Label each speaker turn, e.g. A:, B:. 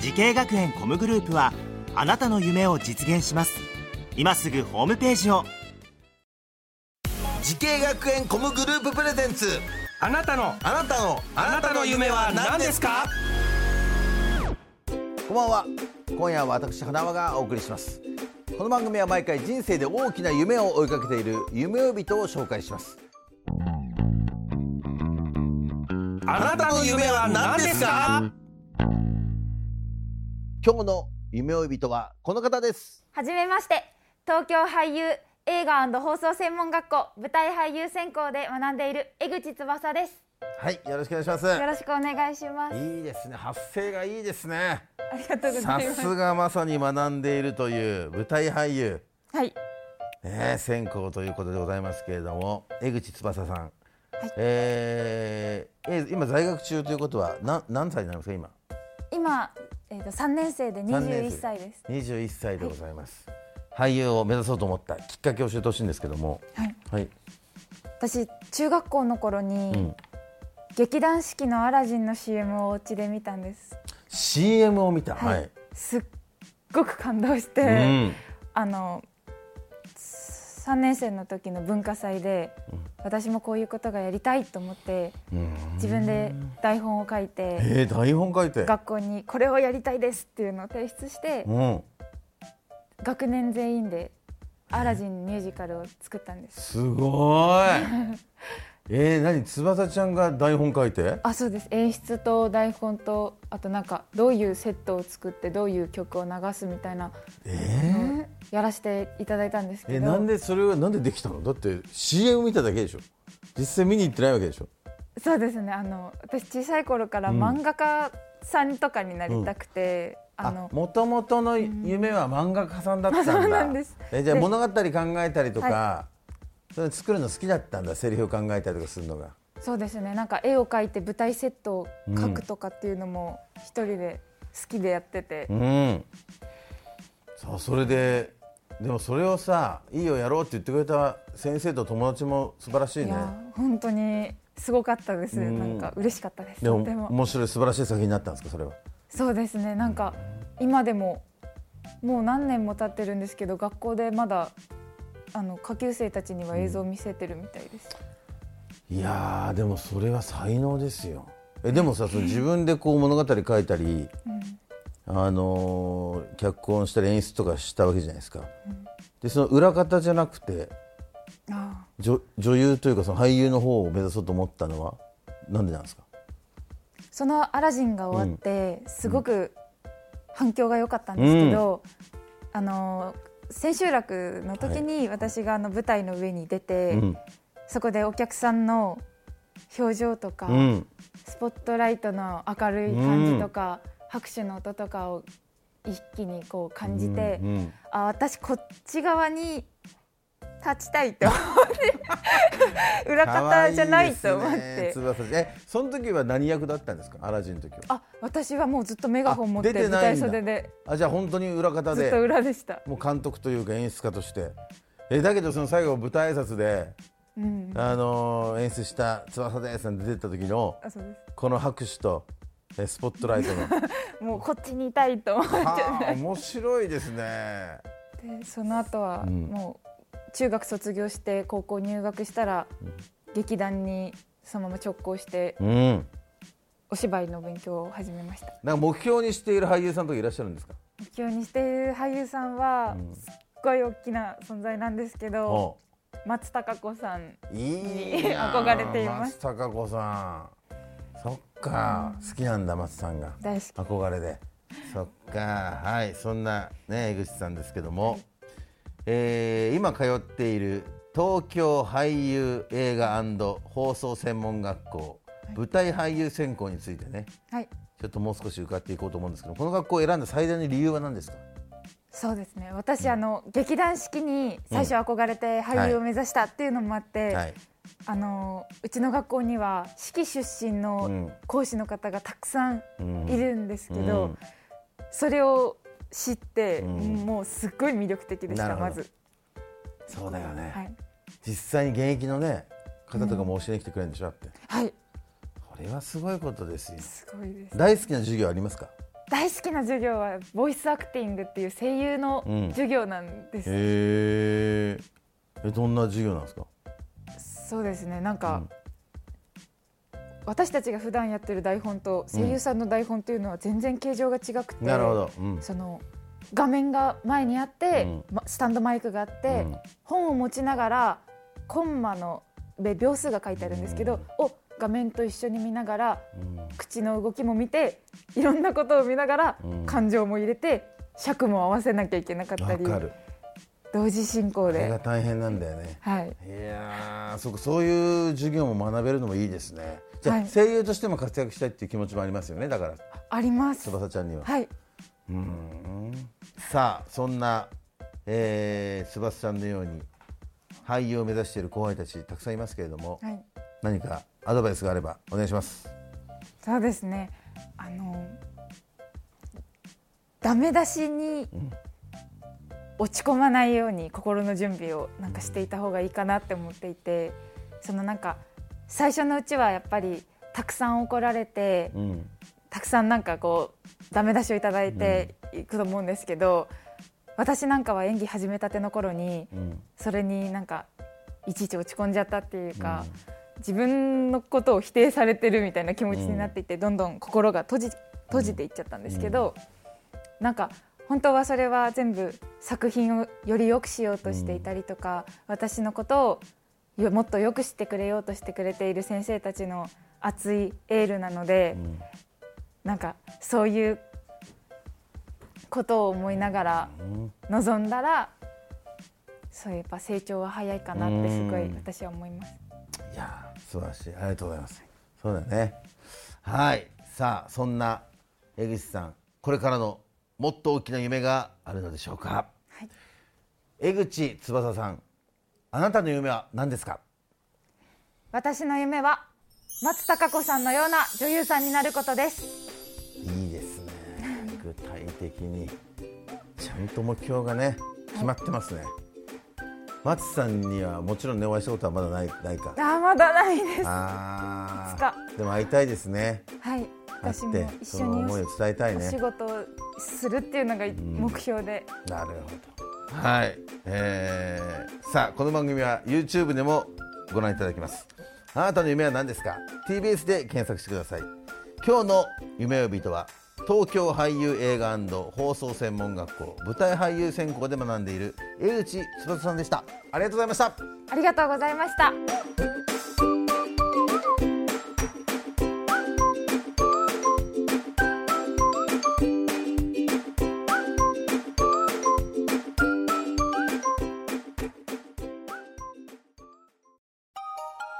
A: 時系学園コムグループはあなたの夢を実現します今すぐホームページを
B: 時系学園コムグループプレゼンツ
C: あなたの
B: あなたの
C: あなたの夢は何ですか
B: こんばんは今夜は私花輪がお送りしますこの番組は毎回人生で大きな夢を追いかけている夢呼人を紹介します
C: あなたの夢は何ですか
B: 今日の夢追い人はこの方です
D: はじめまして東京俳優映画放送専門学校舞台俳優専攻で学んでいる江口翼です
B: はいよろしくお願いします
D: よろしくお願いします
B: いいですね発声がいいですね
D: ありがとうござ
B: さ
D: います
B: すがまさに学んでいるという舞台俳優
D: はい
B: ねえ専攻ということでございますけれども江口翼さん、えーえ今在学中ということはな何歳になりますか今
D: 今えっ、と三年生で
B: 三年
D: 21
B: 生
D: 歳です
B: 21歳でございます、俳優を目指そうと思ったきっかけを教えてほしいんですけども
D: はい
B: はい
D: 私中学校の頃に、
B: ん
D: 劇団四季のアラジンの CM をお家で見たんです
B: CM を見た
D: はい
B: はい、
D: すっごく感動し
B: う
D: て、
B: ん
D: あの3年生の時の文化祭で、私もこういうことがやりたいと思って、自分で台本を書いて
B: えー、台本書いて
D: 学校にこれをやりたいですっていうのを提出して、
B: うん
D: 学年全員で「アラジン」ミュージカルを作ったんです。
B: すごい えー、何翼ちゃんが台本書いて
D: あそうです演出と台本とあとなんかどういうセットを作ってどういう曲を流すみたいな
B: え
D: やらせていただいたんです
B: ー、
D: け
B: え
D: ど、
B: なんでそれはなんでできたのだって CM 見ただけでしょ実際見に行ってないわけでしょ
D: そうですねあの私小さい頃から漫画家さんとかになりたくて、あの
B: もともとの夢は漫画家さんだったんだ、
D: そうなんです
B: えじゃあ
D: で
B: 物語考えたりとか、それ作るの好きだったんだセリフを考えたりとかするのが
D: そうですねなんか絵を描いて舞台セットを描くとかっていうのも一人で好きでやってて、
B: うんさあそれででもそれをさいいよやろうって言ってくれた先生と友達も素晴らしい
D: い
B: ね
D: や本当にすごかったです、
B: ん
D: なんか嬉しかったです
B: で
D: と
B: も
D: ても
B: 面白い素晴らしい作品になったんですかそれは
D: そうですねなんか今でももう何年も経ってるんですけど学校でまだあの下級生たちには映像を見せてるみたいです、
B: いやーでもそれは才能ですよえでもさその自分でこう物語書いたり、あのー脚本したり演出とかしたわけじゃないですか、でその裏方じゃなくて
D: あ
B: 女女優というかその俳優の方を目指そうと思ったのはなんでなんですか
D: ーその「アラジン」が終わってすごく反響が良かったんですけど、あの千秋楽の時に私があの舞台の上に出て、
B: うん
D: そこでお客さんの表情とか、
B: うん
D: スポットライトの明るい感じとか、拍手の音とかを一気にこう感じて、
B: うんうん
D: あ私こっち側に立ちたいって思っ て裏方じゃないと思っ
B: 可愛
D: て
B: ですね翼ちゃんえその時は何役だったんですかアラジンの時は
D: あ私はもうずっとメガホン持って
B: あ出て
D: 舞
B: ない
D: 台
B: んだ
D: 袖で
B: あじゃあ本当に裏方
D: ず
B: で
D: っと裏でした。
B: もう監督というか演出家としてえだけどその最後舞台挨拶で、あのー演出した翼ですなんて出てった時の
D: あそうで
B: この拍手とえスポットライトの
D: すもうこっちにいたいと思って
B: あー面白いですね
D: その後はもう中学卒業して高校入学したら劇団にそのまま直行して
B: うん
D: お芝居の勉強を始めました
B: なんか目標にしている俳優さんとかいらっしゃるんですか
D: 目標にしている俳優さんはすっごい大きな存在なんですけど、松たか子さん
B: うんいい
D: に
B: な
D: 憧れています
B: 松たか子さんそっか、好きなんだ松さんが
D: 大好き
B: 憧れでそっかはいそんなね江口さんですけども、えー今通っている東京俳優映画放送専門学校、舞台俳優専攻についてね
D: はい
B: ちちょっともう少し伺っていこうと思うんですけどこの学校を選んだ最大の理由は何ですか
D: そうですね私、あの劇団四季に最初憧れて俳優を目指したっていうのもあって、
B: はい
D: あのうちの学校には四季出身
B: う
D: の
B: ん
D: 講師の方がたくさん
B: うん
D: いるんですけど、
B: うん
D: それを知って、
B: ん
D: もうすっごい魅力的でし
B: なる
D: た
B: ほど
D: まず、
B: そうだよね、
D: はい
B: 実際に現役のね方とかも教えに来てくれるんでしょだって
D: はい、
B: これはすごいことですよ
D: すごいです
B: 大好きな授業ありますか
D: 大好きな授業はボイスアクティングっていう声優の
B: うん
D: 授業なんです、
B: へえどんな授業なんですか
D: そうですねなんか、私たちが普段やってる台本と声優さんの台本というのは全然形状が違くて、
B: なるほど、うん
D: その画面が前にあって、
B: うん
D: まスタンドマイクがあって、
B: うん
D: 本を持ちながらコンマので秒数が書いてあるんですけど、を画面と一緒に見ながら
B: うん
D: 口の動きも見ていろんなことを見ながら、
B: うん
D: 感情も入れて尺も合わせなきゃいけなかった
B: わ
D: り
B: かる
D: 同時進行
B: あれが
D: で、
B: 大変なんだよね
D: はい、
B: いやーそうかそういう授業も学べるのもいいですねじゃあ、
D: はい
B: 声優としても活躍したいっていう気持ちもありますよねだから
D: あります。
B: 翼ちゃんには、
D: はい、
B: さあそんな、えー、翼ちゃんのように俳優を目指している後輩たちたくさんいますけれども、
D: はい
B: 何かアドバイスがあればお願いします
D: そうですね。あのダメ出しに落ち込まないように心の準備をなんかしていた方がいいかなって思っていて、そのなんか最初のうちはやっぱりたくさん怒られて、
B: うん
D: たくさんなんかこうダメ出しをいただいていくと思うんですけど、私なんかは演技始めたての頃に
B: うん
D: それになんかいちいち落ち込んじゃったっていうか、自分のことを否定されてるみたいな気持ちになっていて、どんどん心が閉じ閉じていっちゃったんですけど、なんか本当はそれは全部作品をより良くしようとしていたりとか、私のことをよもっと良くしてくれようとしてくれている先生たちの熱いエールなので、なんかそういうことを思いながら臨んだら、そういえば成長は早いかなってすごい私は思います。
B: いやー素晴らしいありがとうございますそうだよねはいさあそんな江口さんこれからのもっと大きな夢があるのでしょうか、
D: はい
B: 江口翼さんあなたの夢は何ですか
D: 私の夢は松たか子さんのような女優さんになることです
B: いいですね具体的にちゃんと目標がね決まってますね松さんにはもちろんねお会いしたことはまだないないか
D: あーまだないです
B: あ
D: い
B: ー
D: つか
B: でも会いたいですね
D: はい
B: 会っ
D: 私も
B: て
D: 一
B: そ
D: 緒
B: の
D: に
B: 思いを伝えたい
D: お
B: ね
D: 仕事をするっていうのが目標で、
B: なるほど。はい、えーさあこの番組は YouTube でもご覧いただけます。あなたの夢は何ですか ?TBS で検索してください。今日の夢呼びとは東京俳優映画放送専門学校舞台俳優専攻で学んでいる江口翼さんでした。ありがとうございました。
D: ありがとうございました